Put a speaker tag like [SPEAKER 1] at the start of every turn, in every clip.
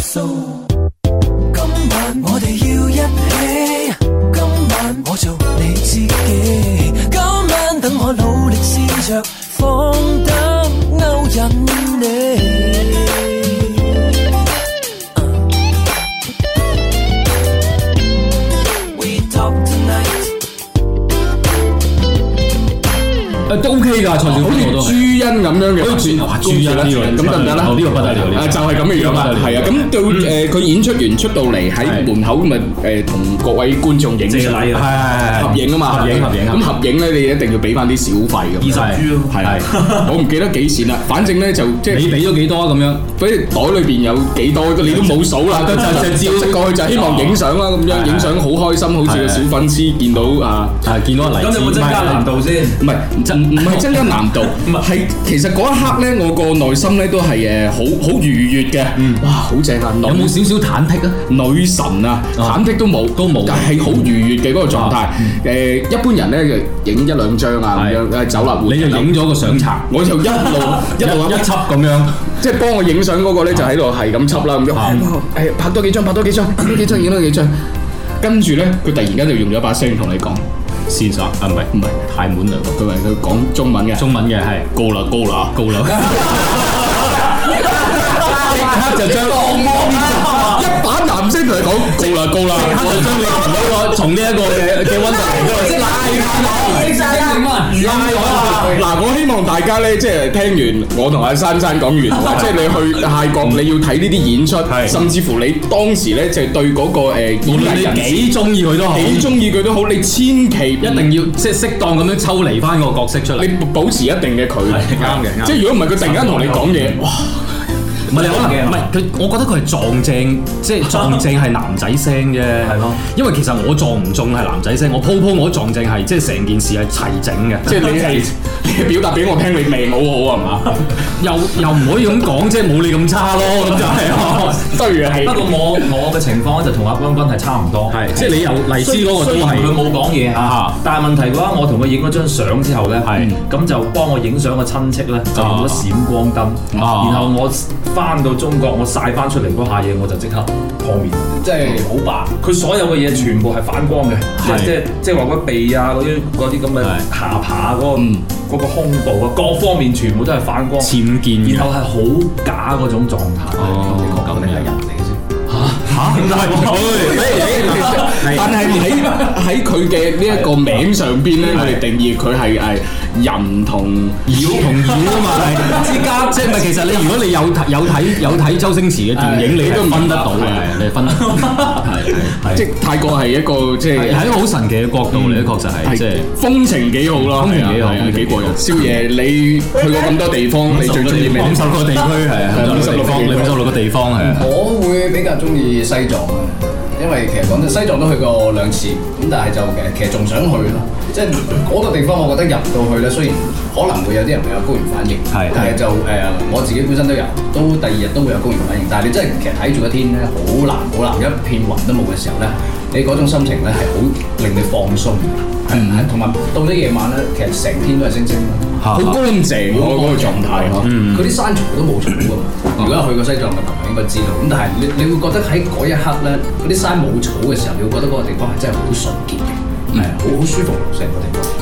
[SPEAKER 1] 數。今晚我哋要一起，今晚我做你知己。今晚等我努力試着放膽勾引你。We talk tonight.
[SPEAKER 2] 誒都 OK 㗎，蔡少
[SPEAKER 3] 好
[SPEAKER 2] 芬我
[SPEAKER 3] 似
[SPEAKER 2] 都
[SPEAKER 3] 朱
[SPEAKER 2] 係。
[SPEAKER 3] 茵咁樣嘅，
[SPEAKER 2] 好似哇朱茵呢個
[SPEAKER 3] 咁得唔得啦？
[SPEAKER 2] 呢個不得了呢個
[SPEAKER 3] 啊就係咁嘅樣啦，係啊，咁到誒佢演出完出到嚟喺門口咪誒同各位觀眾影
[SPEAKER 2] 謝
[SPEAKER 3] 相
[SPEAKER 2] 禮啊，
[SPEAKER 3] 係合影啊嘛，
[SPEAKER 2] 合影合影
[SPEAKER 3] 咁合影咧，你一定要俾翻啲小費咁樣。
[SPEAKER 2] 二十 G 咯
[SPEAKER 3] 係啊，我唔記得幾錢啦，反正咧就即係
[SPEAKER 2] 你俾咗幾多咁樣？
[SPEAKER 3] 所以袋裏邊有幾多你都冇數啦，
[SPEAKER 2] 就就照
[SPEAKER 3] 食過去就希望影相啦，咁樣影相好開心，好似個小粉絲見到啊，
[SPEAKER 2] 係見到黎姿
[SPEAKER 4] 咁有冇增加難？度先？
[SPEAKER 3] 唔係唔係增加難度，係其實嗰一刻咧，我個內心咧都係誒好好愉悅嘅，哇，好正啊！
[SPEAKER 2] 唔係有冇
[SPEAKER 3] 女
[SPEAKER 2] 少少忐忑啊？
[SPEAKER 3] 女神啊，
[SPEAKER 2] 啊
[SPEAKER 3] 忐忑都冇，
[SPEAKER 2] 都冇
[SPEAKER 3] 但係好愉悅嘅嗰個狀態。誒，一般人咧就影一兩張啊，咁樣誒走啦，
[SPEAKER 2] 你就影咗個相冊，
[SPEAKER 3] 我就一 路一
[SPEAKER 2] 一
[SPEAKER 3] 路
[SPEAKER 2] 一輯咁樣，
[SPEAKER 3] 即係幫我影相嗰個咧，就喺度係咁執啦，咁樣誒拍多幾張，拍多幾 張，拍多幾張，影多幾張。跟住咧，佢突然間就用咗把聲同你講，
[SPEAKER 2] 線索啊，唔係
[SPEAKER 3] 唔係
[SPEAKER 2] 太滿嘞喎，
[SPEAKER 3] 佢話佢講中文嘅，
[SPEAKER 2] 中文嘅係
[SPEAKER 3] 高啦高啦
[SPEAKER 2] 高樓。
[SPEAKER 3] 刻就將浪漫一把男聲同你講高啦高啦，
[SPEAKER 2] 我將你同呢個從呢一個嘅嘅温度嚟到嚟
[SPEAKER 3] 嗱，我希望大家咧，即係聽完我同阿珊珊講完，即係你去泰國，你要睇呢啲演出，
[SPEAKER 2] 係
[SPEAKER 3] 甚至乎你當時咧就係對嗰個誒
[SPEAKER 2] 無
[SPEAKER 3] 演
[SPEAKER 2] 論
[SPEAKER 3] 藝人
[SPEAKER 2] 你
[SPEAKER 3] 士
[SPEAKER 2] 幾中意佢都好，
[SPEAKER 3] 幾中意佢都好，你千祈一
[SPEAKER 2] 一定要即係適當咁樣抽離翻個角色出嚟。
[SPEAKER 3] 你保持一定嘅距離，
[SPEAKER 2] 係啱嘅啱嘅
[SPEAKER 3] 即係如果唔係，佢突然間同你講嘢，哇！
[SPEAKER 2] 唔係你啊可能唔係佢，我覺得佢係撞正，即係撞正係男仔聲啫。係
[SPEAKER 4] 咯，
[SPEAKER 2] 因為其實我撞唔中係男仔聲，我鋪鋪我撞正係即係成件事係齊整嘅，
[SPEAKER 3] 即係 你係你係表達俾我聽，你命好啊好係嘛？
[SPEAKER 2] 又又唔可以咁講，即係冇你咁差咯，咁就係咯。
[SPEAKER 3] 對啊，
[SPEAKER 4] 不
[SPEAKER 3] 係
[SPEAKER 4] 過我我嘅情況咧就同阿君君係差唔多，
[SPEAKER 2] 係，即係你由黎姿嗰個都
[SPEAKER 4] 雖然
[SPEAKER 2] 係
[SPEAKER 4] 佢冇講嘢嚇
[SPEAKER 2] 啊，
[SPEAKER 4] 但係問題嘅話，我同佢影咗張相之後咧，
[SPEAKER 2] 係
[SPEAKER 4] 咁就幫我影相嘅親戚咧就用咗閃光燈，
[SPEAKER 2] 啊
[SPEAKER 4] 然後我翻到中國，我晒翻出嚟嗰下嘢，我就即刻破面，即係好白。佢所有嘅嘢全部係反光嘅，
[SPEAKER 2] 係
[SPEAKER 4] 即係即係即係話嗰鼻啊，嗰啲嗰啲咁嘅
[SPEAKER 2] 係
[SPEAKER 4] 下巴嗰個
[SPEAKER 3] 嗯
[SPEAKER 4] 嗰個胸部啊，各方面全部都係反光，
[SPEAKER 2] 僭建嘅
[SPEAKER 4] 然。後係好假嗰種狀態。
[SPEAKER 2] 哦
[SPEAKER 4] 你確定係人嚟嘅先？
[SPEAKER 2] 嚇 唔係，
[SPEAKER 3] 但係喺喺佢嘅呢一個名上邊咧，我哋定義佢係誒人同
[SPEAKER 2] 妖同妖啊 嘛，之間即係咪其實你如果你有睇有睇有睇周星馳嘅電影，你都分得到嘅，你分得到，係係
[SPEAKER 3] 即係泰國係一個即係
[SPEAKER 2] 係係一個好神奇嘅角度嚟嘅，確實係即係
[SPEAKER 3] 係風情幾好啦，
[SPEAKER 2] 風情幾
[SPEAKER 3] 係啊係
[SPEAKER 2] 好
[SPEAKER 3] 啊
[SPEAKER 2] 風情
[SPEAKER 3] 幾
[SPEAKER 2] 幾好
[SPEAKER 3] 過癮。宵夜你去過咁多地方，你最中意咩地
[SPEAKER 2] 五
[SPEAKER 3] 方
[SPEAKER 2] 十？六個地區係五十六個地方，五十六個地方係。
[SPEAKER 5] 我會比較中意西藏嘅，因為其實講真，西藏都去過兩次，咁但係就其實仲想去咯。即係嗰個地方，我覺得入到去咧，雖然可能會有啲人會有高原反應，
[SPEAKER 2] 係
[SPEAKER 5] 但係就誒、呃我自己本身都有，都第二日都會有高原反應。但係你真係其實睇住個天咧，好藍好藍，一片雲都冇嘅時候咧，你嗰種心情咧係好令你放鬆嘅，係係同埋到咗夜晚咧，其實成天都係星星咯。
[SPEAKER 3] 好乾淨喎，嗰個狀態呵。
[SPEAKER 5] 佢啲山草都冇草㗎嘛。如果有去過西藏嘅朋友應該知道。咁但係你你會覺得喺嗰一刻咧，嗰啲山冇草嘅時候，你會覺得嗰個地方係真係好純潔嘅，係啊好好舒服成個地方。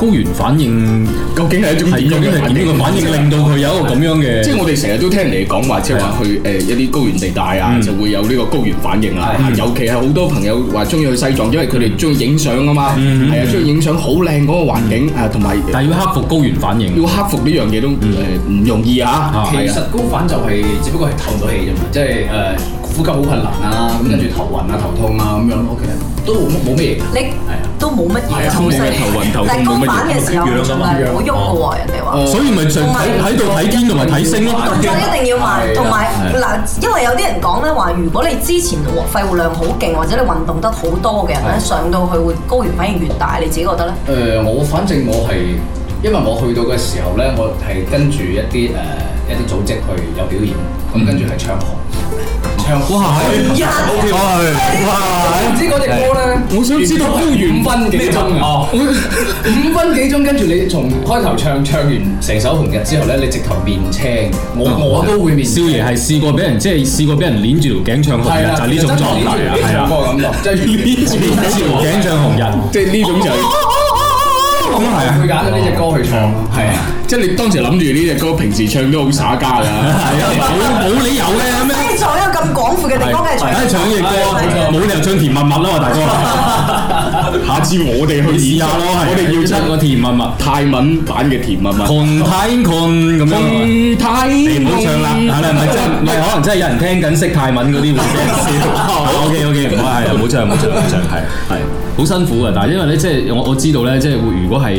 [SPEAKER 2] 高原反應
[SPEAKER 3] 究竟係一種
[SPEAKER 2] 係
[SPEAKER 3] 點
[SPEAKER 2] 究竟
[SPEAKER 3] 樣
[SPEAKER 2] 係點嘅反應，令到佢有一個咁樣嘅
[SPEAKER 3] 即係我哋成日都聽人哋講話，即係啊話去誒一啲高原地帶啊，就會有呢個高原反應啦。尤其係好多朋友話中意去西藏，因為佢哋中意影相啊嘛，係啊，中意影相好靚嗰個環境啊，同埋
[SPEAKER 2] 但係要克服高原反應
[SPEAKER 3] 要。克服呢樣嘢都誒唔容易啊。
[SPEAKER 5] 其
[SPEAKER 3] 係
[SPEAKER 5] 實
[SPEAKER 3] 啊，
[SPEAKER 5] 高反就係只不過係透唔到氣啫嘛，即係誒呼吸好困難啊，咁跟住頭暈啊、頭痛啊咁樣咯，其實都冇乜冇咩嘢㗎。
[SPEAKER 6] 你
[SPEAKER 5] 係啊
[SPEAKER 6] 都冇乜
[SPEAKER 3] 係
[SPEAKER 6] 嘢，
[SPEAKER 3] 啊
[SPEAKER 6] 好犀利
[SPEAKER 3] 冇乜頭暈頭痛
[SPEAKER 6] 但係
[SPEAKER 3] 冇乜嘢哦
[SPEAKER 6] 高反嘅時候，盡量唔好喐嘅喎，人哋話。
[SPEAKER 2] 所以咪就睇喺度睇天同埋睇星咯。
[SPEAKER 6] 動作一定要慢，
[SPEAKER 5] 係啊
[SPEAKER 6] 同埋嗱，因為有啲人講咧話，如果你之前肺活量好勁，或者你運動得好多嘅人咧，上到去會高原反應越大，你自己覺得咧？
[SPEAKER 5] 誒、我反正我係，因為我去到嘅時候咧，我係跟住一啲誒、一啲組織去有表演，咁跟住係唱紅，唱唱。
[SPEAKER 2] 哇係
[SPEAKER 6] 一日
[SPEAKER 5] 啊唔知嗰只歌咧，
[SPEAKER 3] 我想知道高原
[SPEAKER 5] 五分幾鐘啊！五分幾鐘，跟住你從開頭唱唱完成首《紅日》之後咧，你直頭面青，我
[SPEAKER 3] 哦
[SPEAKER 5] 我都會面
[SPEAKER 2] 哦少
[SPEAKER 5] 青。
[SPEAKER 2] 爺係試過俾人即係試過俾人攆住條頸唱紅
[SPEAKER 5] 係
[SPEAKER 2] 日，
[SPEAKER 5] 啦，
[SPEAKER 2] 就係呢種狀態啊，係
[SPEAKER 5] 係
[SPEAKER 2] 啊，
[SPEAKER 5] 啊，感覺即係
[SPEAKER 2] 攆住條頸唱紅日，
[SPEAKER 3] 即係呢種就係
[SPEAKER 2] 咁係
[SPEAKER 5] 佢
[SPEAKER 2] 啊，
[SPEAKER 5] 揀咗呢只歌去唱，係啊。
[SPEAKER 3] 即係你當時諗住呢只歌平時唱都好耍家㗎，
[SPEAKER 2] 係啊，冇冇理由嘅咩？
[SPEAKER 6] 即係在一個咁廣闊嘅地方，梗係
[SPEAKER 2] 梗係唱呢隻歌，冇理由唱甜蜜蜜啦嘛，大 哥。
[SPEAKER 3] 下次我哋去
[SPEAKER 2] 試
[SPEAKER 3] 演
[SPEAKER 2] 下
[SPEAKER 3] 咯，
[SPEAKER 2] 咯，
[SPEAKER 5] 啊
[SPEAKER 3] 我哋 要
[SPEAKER 2] 出
[SPEAKER 3] 出
[SPEAKER 2] 個甜蜜蜜
[SPEAKER 3] 泰文版嘅甜蜜蜜。
[SPEAKER 2] ，con 咁樣。
[SPEAKER 3] 泰
[SPEAKER 2] 你唔好唱啦，係啦，唔係真，唔係可能真係有人聽緊識泰文嗰啲 會俾人笑。OK OK，唔好係，唔好唱，唔好唱，唔好唱，係係好辛苦嘅。但係因為咧，即係我我知道咧，即係會如果係誒誒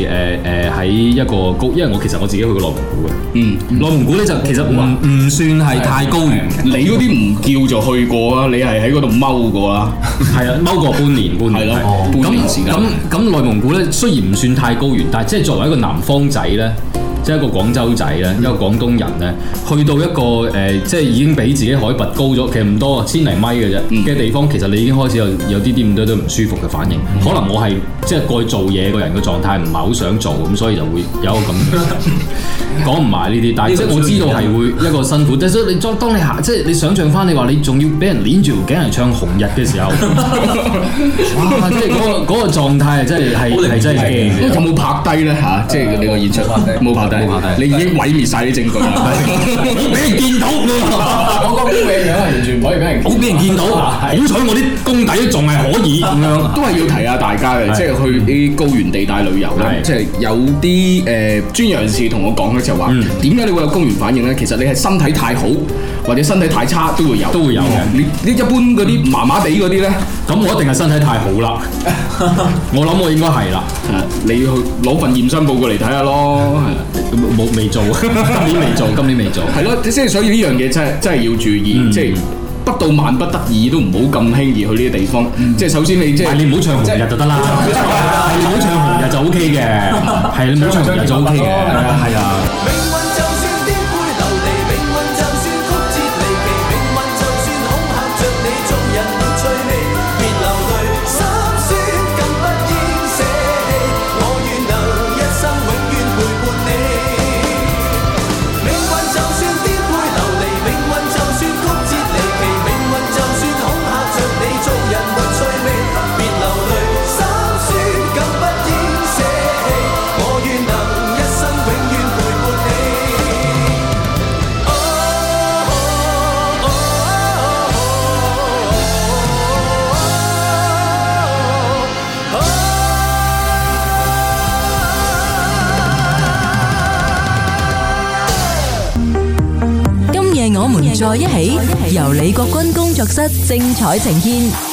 [SPEAKER 2] 喺一個高，因為我其實我自己去過內蒙古嘅，嗯，內蒙古咧就其實唔唔算係太高原嘅，
[SPEAKER 3] 你嗰啲唔叫做去過啊，你係喺嗰度踎過啦。
[SPEAKER 2] 係啊，踎過半年，半年
[SPEAKER 3] 係咯
[SPEAKER 2] 係
[SPEAKER 3] 哦
[SPEAKER 2] 咁
[SPEAKER 3] 半年時間
[SPEAKER 2] 咁咁內蒙古咧，雖然唔算太高原，但係即係作為一個南方仔咧，即係一個廣州仔咧，一個廣東人咧，去到一個誒、呃即係已經比自己海拔高咗，其實唔多啊，千零米嘅啫
[SPEAKER 3] 嗯
[SPEAKER 2] 嘅地方，其實你已經開始有有啲啲咁多都唔舒服嘅反應。可能我係即係過去做嘢個人嘅狀態唔係好想做，咁所以就會 有一個咁嘅講唔埋呢啲，但係即係我知道係會一個辛苦。但係所以你當當你行，即係你想象翻你話你仲要俾人攆住條頸嚟唱紅日嘅時候。 哇！即係嗰個嗰個狀態啊，真係係係真係驚 嘅。
[SPEAKER 3] 有冇拍低咧嚇？即係你個演出冇拍低，
[SPEAKER 2] 冇拍低
[SPEAKER 3] 你已經毀滅晒啲證據啦。
[SPEAKER 2] 俾人見到
[SPEAKER 5] 我個烏嘅樣係完全唔可以俾人
[SPEAKER 2] 好俾人見到，好彩我啲功底仲係 可以咁樣。
[SPEAKER 3] 都係要提下大家嘅，即係去啲高原地帶旅遊咧，
[SPEAKER 2] 係
[SPEAKER 3] 即係有啲誒專業人士同我講嘅就話，點解你會有高原反應咧？其實你係身體太好或者身體太差都會有，哦
[SPEAKER 2] 都會有嘅
[SPEAKER 3] 你你一般嗰啲麻麻地嗰啲咧，
[SPEAKER 2] 咁我一定係身體太好 啦，我諗我應該係啦，
[SPEAKER 3] 誒啊你要去攞份驗身報過嚟睇下咯。
[SPEAKER 2] 冇未做， 今年未做，今年未做。嗯
[SPEAKER 3] 係咯，即係所以呢樣嘢真係真係要注意，即係不到萬不得已都唔好咁輕易去呢啲地方。即係首先你即
[SPEAKER 2] 但
[SPEAKER 3] 係
[SPEAKER 2] 係你嗯唔好唱紅日就得 啦，係你唔好唱紅日就 O K 嘅，係你唔好唱紅日就 O K 嘅，係啊。
[SPEAKER 1] 命運就算顛沛流離，命運就算曲折離奇，命運就算恐嚇着你，做人要趣味，別流淚，心酸更不應捨棄，我願能一生永遠陪伴你。命運就算顛沛流離，命運就算曲折離奇，命運就算恐嚇着你，做人沒趣味，別流淚，心酸更不應捨棄，我願能一生永遠陪伴你。
[SPEAKER 7] 今夜我們在一起，由李國君工作室精彩呈現。